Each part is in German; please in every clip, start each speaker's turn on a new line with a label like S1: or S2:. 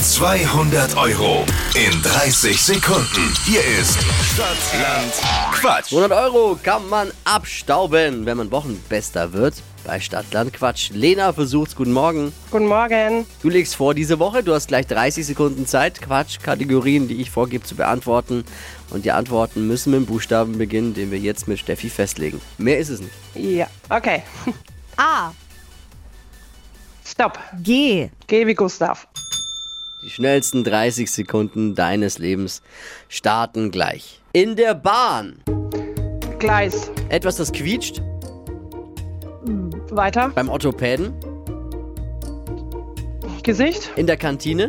S1: 200 Euro in 30 Sekunden. Hier ist Stadtland Quatsch.
S2: 100 Euro kann man abstauben, wenn man Wochenbester wird. Bei Stadtland Quatsch. Lena versucht's. Guten Morgen.
S3: Guten Morgen.
S2: Du legst vor diese Woche. Du hast gleich 30 Sekunden Zeit, Quatsch-Kategorien, die ich vorgebe, zu beantworten. Und die Antworten müssen mit dem Buchstaben beginnen, den wir jetzt mit Steffi festlegen. Mehr ist es nicht.
S3: Ja, okay.
S4: A.
S3: Stopp.
S4: G.
S3: Geh wie Gustav.
S2: Die schnellsten 30 Sekunden deines Lebens starten gleich. In der Bahn.
S3: Gleis.
S2: Etwas, das quietscht.
S3: Weiter.
S2: Beim Orthopäden.
S3: Gesicht.
S2: In der Kantine.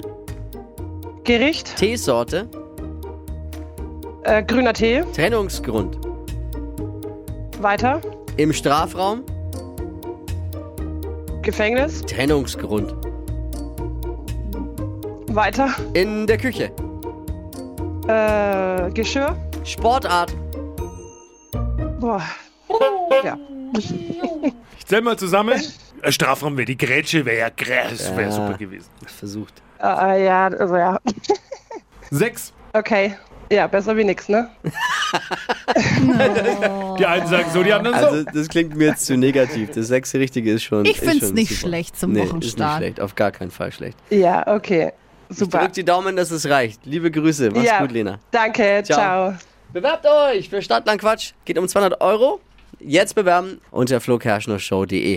S3: Gericht.
S2: Teesorte.
S3: Äh, grüner Tee.
S2: Trennungsgrund.
S3: Weiter.
S2: Im Strafraum.
S3: Gefängnis.
S2: Trennungsgrund.
S3: Weiter.
S2: In der Küche.
S3: Äh, Geschirr.
S2: Sportart.
S3: Boah. Ja.
S5: Zähl mal zusammen. Ein Strafraum wäre die Grätsche, wäre ja grä- das wäre super gewesen.
S2: Versucht.
S3: Äh, äh, ja, also ja.
S5: Sechs.
S3: Okay. Ja, besser wie nix, ne?
S5: Die einen sagen so, die anderen so.
S2: Also, das klingt mir jetzt zu negativ. Das sechste Richtige ist schon.
S4: Ich
S2: ist
S4: find's
S2: schon
S4: nicht
S2: super.
S4: schlecht zum
S2: nee, Ist nicht
S4: Wochenstart.
S2: schlecht, auf gar keinen Fall schlecht.
S3: Ja, okay. Super.
S2: Drück die Daumen, dass es reicht. Liebe Grüße. Mach's
S3: ja.
S2: gut, Lena.
S3: Danke.
S2: Ciao.
S3: Ciao.
S2: Bewerbt euch für Stadtland Quatsch. Geht um 200 Euro. Jetzt bewerben unter flokerschnershow.de.